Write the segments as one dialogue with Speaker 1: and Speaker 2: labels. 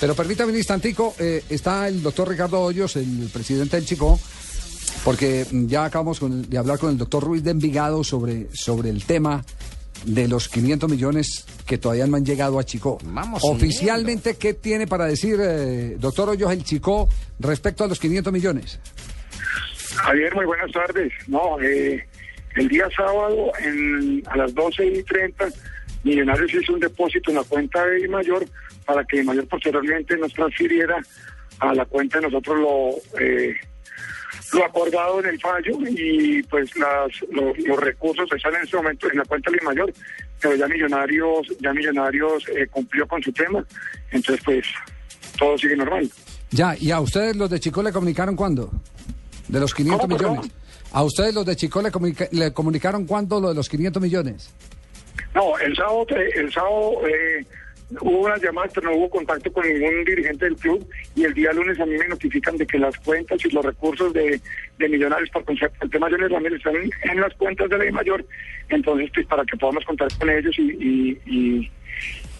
Speaker 1: Pero permítame un instantico, eh, está el doctor Ricardo Hoyos, el presidente del Chico, porque ya acabamos con el- de hablar con el doctor Ruiz de Envigado sobre, sobre el tema de los 500 millones que todavía no han llegado a Chico.
Speaker 2: Vamos
Speaker 1: Oficialmente, ¿qué tiene para decir, eh, doctor Hoyos, el Chico respecto a los 500 millones?
Speaker 3: Javier, muy buenas tardes. No, eh, el día sábado en- a las 12 y 30, Millonarios hizo un depósito en la cuenta de Mayor para que Mayor posteriormente nos transfiriera a la cuenta de nosotros lo, eh, lo acordado en el fallo y pues las, los, los recursos están en este momento en la cuenta de Mayor, pero ya Millonarios, ya Millonarios eh, cumplió con su tema, entonces pues todo sigue normal.
Speaker 1: Ya, ¿y a ustedes los de Chico le comunicaron cuándo? De los 500
Speaker 3: ¿Cómo, perdón?
Speaker 1: millones. ¿A ustedes los de Chico le, comunica- le comunicaron cuándo lo de los 500 millones?
Speaker 3: No, el sábado, te- el sábado eh, hubo unas llamadas, pero no hubo contacto con ningún dirigente del club. Y el día lunes a mí me notifican de que las cuentas y los recursos de, de Millonarios por concepto del tema Jones Ramírez están en las cuentas de la I Mayor. Entonces, pues para que podamos contar con ellos y, y, y-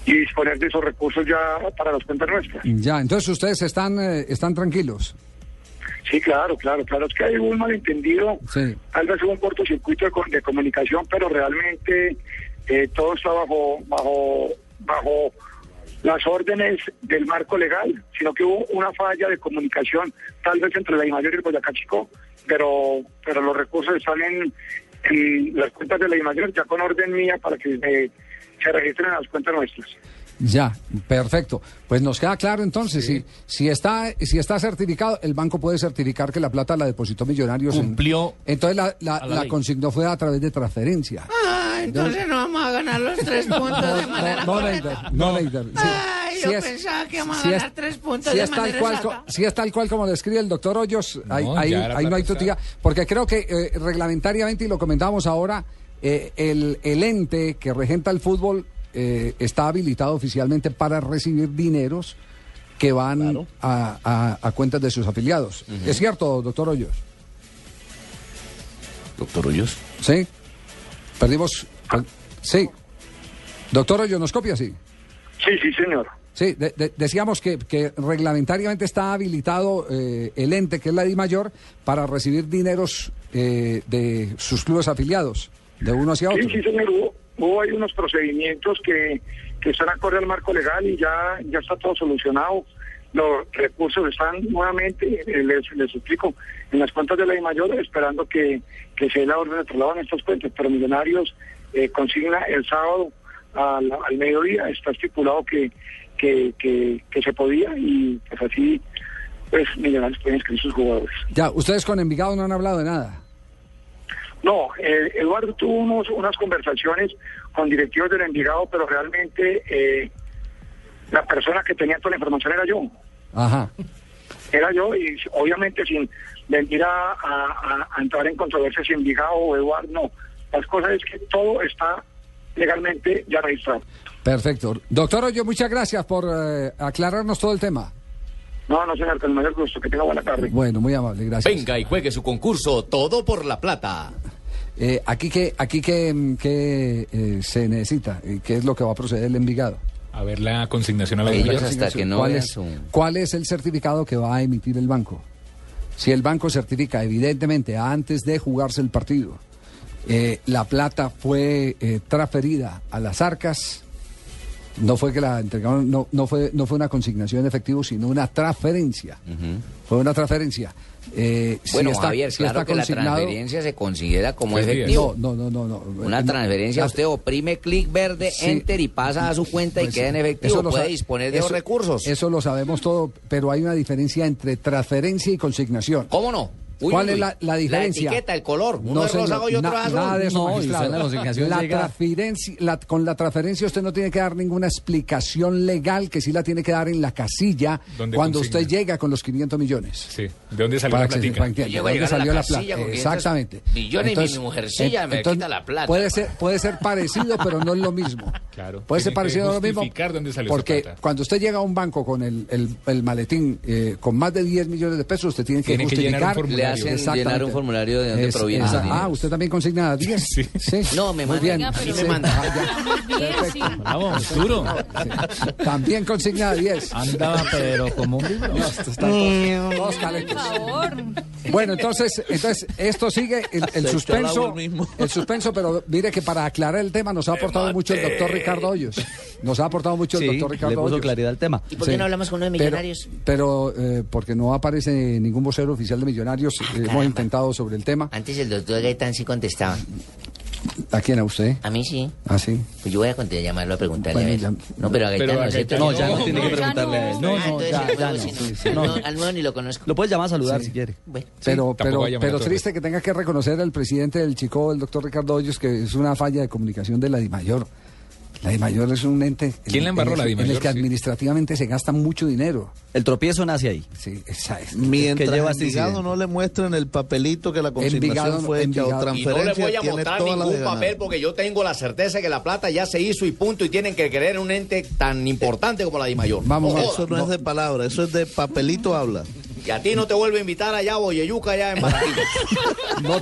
Speaker 3: y disponer de esos recursos ya para las cuentas nuestras.
Speaker 1: Ya, entonces ustedes están, eh, están tranquilos.
Speaker 3: Sí, claro, claro, claro. Es que hay un malentendido,
Speaker 1: Sí.
Speaker 3: tal vez hubo un cortocircuito de, co- de comunicación, pero realmente eh, todo está bajo, bajo, bajo las órdenes del marco legal, sino que hubo una falla de comunicación, tal vez entre la Imayor y el Boyacá Chico, pero, pero los recursos están en, en las cuentas de la Imayor, ya con orden mía para que eh, se registren en las cuentas nuestras.
Speaker 1: Ya, perfecto. Pues nos queda claro entonces, si, si, está, si está certificado, el banco puede certificar que la plata la depositó Millonarios. en-
Speaker 2: Cumplió
Speaker 1: entonces la, la-
Speaker 2: a la
Speaker 1: la
Speaker 2: ley.
Speaker 1: consignó fue a través de transferencia.
Speaker 4: Ah, entonces no vamos a ganar los tres puntos de manera
Speaker 1: No, Leider,
Speaker 4: correcta.
Speaker 1: no, Leider. Sí.
Speaker 4: Ay, yo pensaba que íbamos a ganar tres puntos
Speaker 1: si
Speaker 4: de
Speaker 1: es tal
Speaker 4: manera
Speaker 1: cual,
Speaker 4: exacta.
Speaker 1: co- si es tal cual como lo escribe el doctor Hoyos, ahí,
Speaker 2: No,
Speaker 1: ahí-
Speaker 2: ya era
Speaker 1: ahí no hay tutía,
Speaker 2: planificado.
Speaker 1: porque creo que eh, reglamentariamente, y lo comentamos ahora, eh, el, el ente que regenta el fútbol eh, está habilitado oficialmente para recibir dineros que van a, a- a cuentas de sus afiliados. ¿Es cierto, doctor Hoyos?
Speaker 2: Doctor Hoyos.
Speaker 1: ¿Sí? Perdimos... per- sí. Doctor Hoyos, ¿nos copia? Sí.
Speaker 3: Sí, sí, señor.
Speaker 1: Sí, de- de- decíamos que, que reglamentariamente está habilitado eh, el ente, que es la DIMAYOR, para recibir dineros eh, de sus clubes afiliados, de uno hacia otro.
Speaker 3: Sí, sí, señor. Hubo, hubo ahí unos procedimientos que, que están acorde al marco legal y ya, ya está todo solucionado. Los recursos están nuevamente, eh, les, les explico, en las cuentas de la I Mayor, esperando que, que se dé la orden de traslado en estas cuentas. Pero Millonarios eh, consigna el sábado a la- al mediodía, está estipulado que, que, que, que se podía y pues así pues Millonarios pueden inscribir sus jugadores.
Speaker 1: Ya, ustedes con Envigado no han hablado de nada.
Speaker 3: No, eh, Eduardo tuvo unos- unas conversaciones con directivos del Envigado, pero realmente eh, la persona que tenía toda la información era yo.
Speaker 1: Ajá.
Speaker 3: Era yo y obviamente sin venir a, a- a- a entrar en controversia si Envigado o Eduardo, no. Las cosas es que todo está legalmente ya registrado.
Speaker 1: Perfecto. Doctor Hoyo, muchas gracias por eh, aclararnos todo el tema.
Speaker 3: No, no, señor, con el mayor gusto. Que tenga buena tarde.
Speaker 1: Bueno, muy amable, gracias.
Speaker 2: Venga y juegue su concurso Todo por la Plata.
Speaker 1: Eh, aquí que, aquí que, mm, que eh, se necesita, Eh, qué es lo que va a proceder el Envigado.
Speaker 5: A ver la consignación a la
Speaker 2: Ellos
Speaker 5: banca.
Speaker 2: hasta que no
Speaker 1: ¿Cuál,
Speaker 2: vean
Speaker 1: es,
Speaker 2: su-
Speaker 1: cuál es el certificado que va a emitir el banco? Si el banco certifica, evidentemente, antes de jugarse el partido, eh, la plata fue eh, transferida a las arcas, no fue que la entregaron, no, no, fue, no fue una consignación en efectivo, sino una transferencia. Fue una transferencia. Eh, si
Speaker 6: Bueno,
Speaker 1: está-
Speaker 6: Javier,
Speaker 1: si
Speaker 6: claro
Speaker 1: está
Speaker 6: que la
Speaker 1: consignado-
Speaker 6: transferencia se considera como
Speaker 5: Sí, sí,
Speaker 6: efectivo.
Speaker 1: No, no, no, no. no.
Speaker 6: Una
Speaker 1: Eh, no,
Speaker 6: transferencia,
Speaker 1: la-
Speaker 6: usted oprime clic verde,
Speaker 1: Sí.
Speaker 6: enter y pasa a su cuenta y
Speaker 1: Pues,
Speaker 6: queda en
Speaker 1: eso
Speaker 6: efectivo.
Speaker 1: lo
Speaker 6: Puede
Speaker 1: sa-
Speaker 6: disponer de
Speaker 1: eso-
Speaker 6: esos recursos.
Speaker 1: Eso lo sabemos todo, pero hay una diferencia entre transferencia y consignación.
Speaker 6: ¿Cómo no? Uy,
Speaker 1: ¿Cuál
Speaker 6: uy,
Speaker 1: es
Speaker 6: uy.
Speaker 1: la, la diferencia?
Speaker 6: La etiqueta, el color. Uno es
Speaker 1: señor,
Speaker 6: rosado y otro
Speaker 1: na-
Speaker 6: azul.
Speaker 1: Nada de eso,
Speaker 7: No, y usted en la
Speaker 1: magistrado.
Speaker 7: consignación
Speaker 1: La
Speaker 7: llega-
Speaker 1: transferencia, la- con la transferencia usted no tiene que dar ninguna explicación legal que sí la tiene que dar en la casilla
Speaker 5: Donde
Speaker 1: cuando
Speaker 5: consigna.
Speaker 1: usted llega con los 500 millones.
Speaker 5: Sí, ¿de dónde salió
Speaker 1: Para
Speaker 5: la
Speaker 1: que se-
Speaker 5: platica?
Speaker 1: para que entienda,
Speaker 6: Yo llego a
Speaker 1: ¿dónde
Speaker 6: llegar a la
Speaker 1: salió la
Speaker 6: casilla
Speaker 1: plata?
Speaker 6: con 500
Speaker 1: Exactamente.
Speaker 6: millones y mi mujercilla me quita la plata,
Speaker 1: Puede
Speaker 6: pa.
Speaker 1: ser, puede ser parecido, pero no es lo mismo.
Speaker 5: Claro,
Speaker 1: Puede ser
Speaker 5: tiene que
Speaker 1: parecido a lo mismo.
Speaker 5: justificar dónde salió esa
Speaker 1: porque
Speaker 5: plata.
Speaker 1: cuando usted llega a un banco con el, el- el maletín eh, con más de 10 millones de pesos, usted tiene que
Speaker 5: Tiene que llenar un
Speaker 1: justificar
Speaker 5: formulario.
Speaker 6: Le hacen
Speaker 1: Exactamente.
Speaker 6: llenar un formulario de dónde
Speaker 1: Es-
Speaker 6: proviene.
Speaker 1: esa-
Speaker 6: el dinero.
Speaker 1: ah, usted también consigna 10.
Speaker 5: Sí.
Speaker 6: No, me
Speaker 1: Muy
Speaker 6: manda.
Speaker 1: bien.
Speaker 7: Oiga, pero-
Speaker 1: Sí.
Speaker 7: Me
Speaker 6: manda.
Speaker 1: Ah, ya.
Speaker 7: Bien, sí.
Speaker 5: Vamos, duro.
Speaker 1: También consigna 10.
Speaker 5: Andaba, pero como un libro.
Speaker 1: Todos
Speaker 7: Por
Speaker 1: calentos.
Speaker 7: favor.
Speaker 1: Bueno, entonces, entonces esto sigue el, el
Speaker 6: Se echó al agua
Speaker 1: suspenso.
Speaker 6: el mismo.
Speaker 1: El suspenso, pero mire que para aclarar el tema nos ha aportado mucho el doctor Ricardo Hoyos. Nos ha aportado mucho el doctor Ricardo Hoyos.
Speaker 8: al tema.
Speaker 4: ¿Y por qué no hablamos con uno de
Speaker 1: Pero-
Speaker 4: millonarios?
Speaker 1: Pero, eh, porque no aparece ningún vocero oficial de Millonarios, eh, hemos
Speaker 4: Ah, caramba.
Speaker 1: intentado sobre el tema.
Speaker 4: Antes el doctor Gaitán sí contestaba. Ah.
Speaker 1: ¿A quién? ¿A usted?
Speaker 4: A mí sí.
Speaker 1: ¿Ah, sí?
Speaker 4: Pues yo voy a contestar, llamarlo a preguntarle
Speaker 1: Bueno,
Speaker 4: a
Speaker 1: ya-
Speaker 4: ver. No, pero a Gaitán
Speaker 5: Pero
Speaker 4: no
Speaker 5: a
Speaker 4: acepta.
Speaker 5: Gaitán no, ya no
Speaker 8: tiene que
Speaker 7: ya
Speaker 8: preguntarle a
Speaker 7: no.
Speaker 8: él.
Speaker 5: No,
Speaker 4: Ah,
Speaker 5: no,
Speaker 4: entonces
Speaker 5: ya,
Speaker 4: al
Speaker 5: ya
Speaker 4: nuevo
Speaker 5: no,
Speaker 4: sí no.
Speaker 5: sí, sí,
Speaker 4: Al
Speaker 5: no.
Speaker 4: nuevo- Al nuevo ni lo conozco.
Speaker 8: Lo puedes llamar a saludar
Speaker 1: Sí.
Speaker 8: si quiere.
Speaker 4: Bueno.
Speaker 1: Pero, pero,
Speaker 5: va a llamar
Speaker 1: pero
Speaker 5: a todos.
Speaker 1: triste que tenga que reconocer al presidente del Chico, el doctor Ricardo Hoyos, que es una falla de comunicación de la DIMAYOR. La DIMAYOR es un ente en-
Speaker 5: ¿Quién la embarró,
Speaker 1: en,
Speaker 5: la
Speaker 1: el- en el
Speaker 5: DIMAYOR?
Speaker 1: que
Speaker 5: Sí.
Speaker 1: administrativamente se gasta mucho dinero.
Speaker 8: El tropiezo nace ahí.
Speaker 1: Sí, esa es-
Speaker 9: Mientras
Speaker 8: que lleva este
Speaker 9: Envigado
Speaker 8: incidente.
Speaker 9: no le muestran el papelito que la consignación
Speaker 1: Envigado no-
Speaker 9: fue hecha
Speaker 1: Envigado-
Speaker 9: o
Speaker 2: Y no le
Speaker 9: transferencia,
Speaker 2: voy a
Speaker 9: tiene
Speaker 2: mostrar
Speaker 9: toda la de
Speaker 2: ningún
Speaker 9: ganar.
Speaker 2: papel porque yo tengo la certeza que la plata ya se hizo y punto. Y tienen que creer en un ente tan importante como la de Mayor.
Speaker 1: Vamos, vamos.
Speaker 9: Eso no, es de palabra, eso es de papelito habla.
Speaker 2: Y a ti no te vuelvo a invitar allá a Boyeyuca, allá en Barranquilla.
Speaker 1: No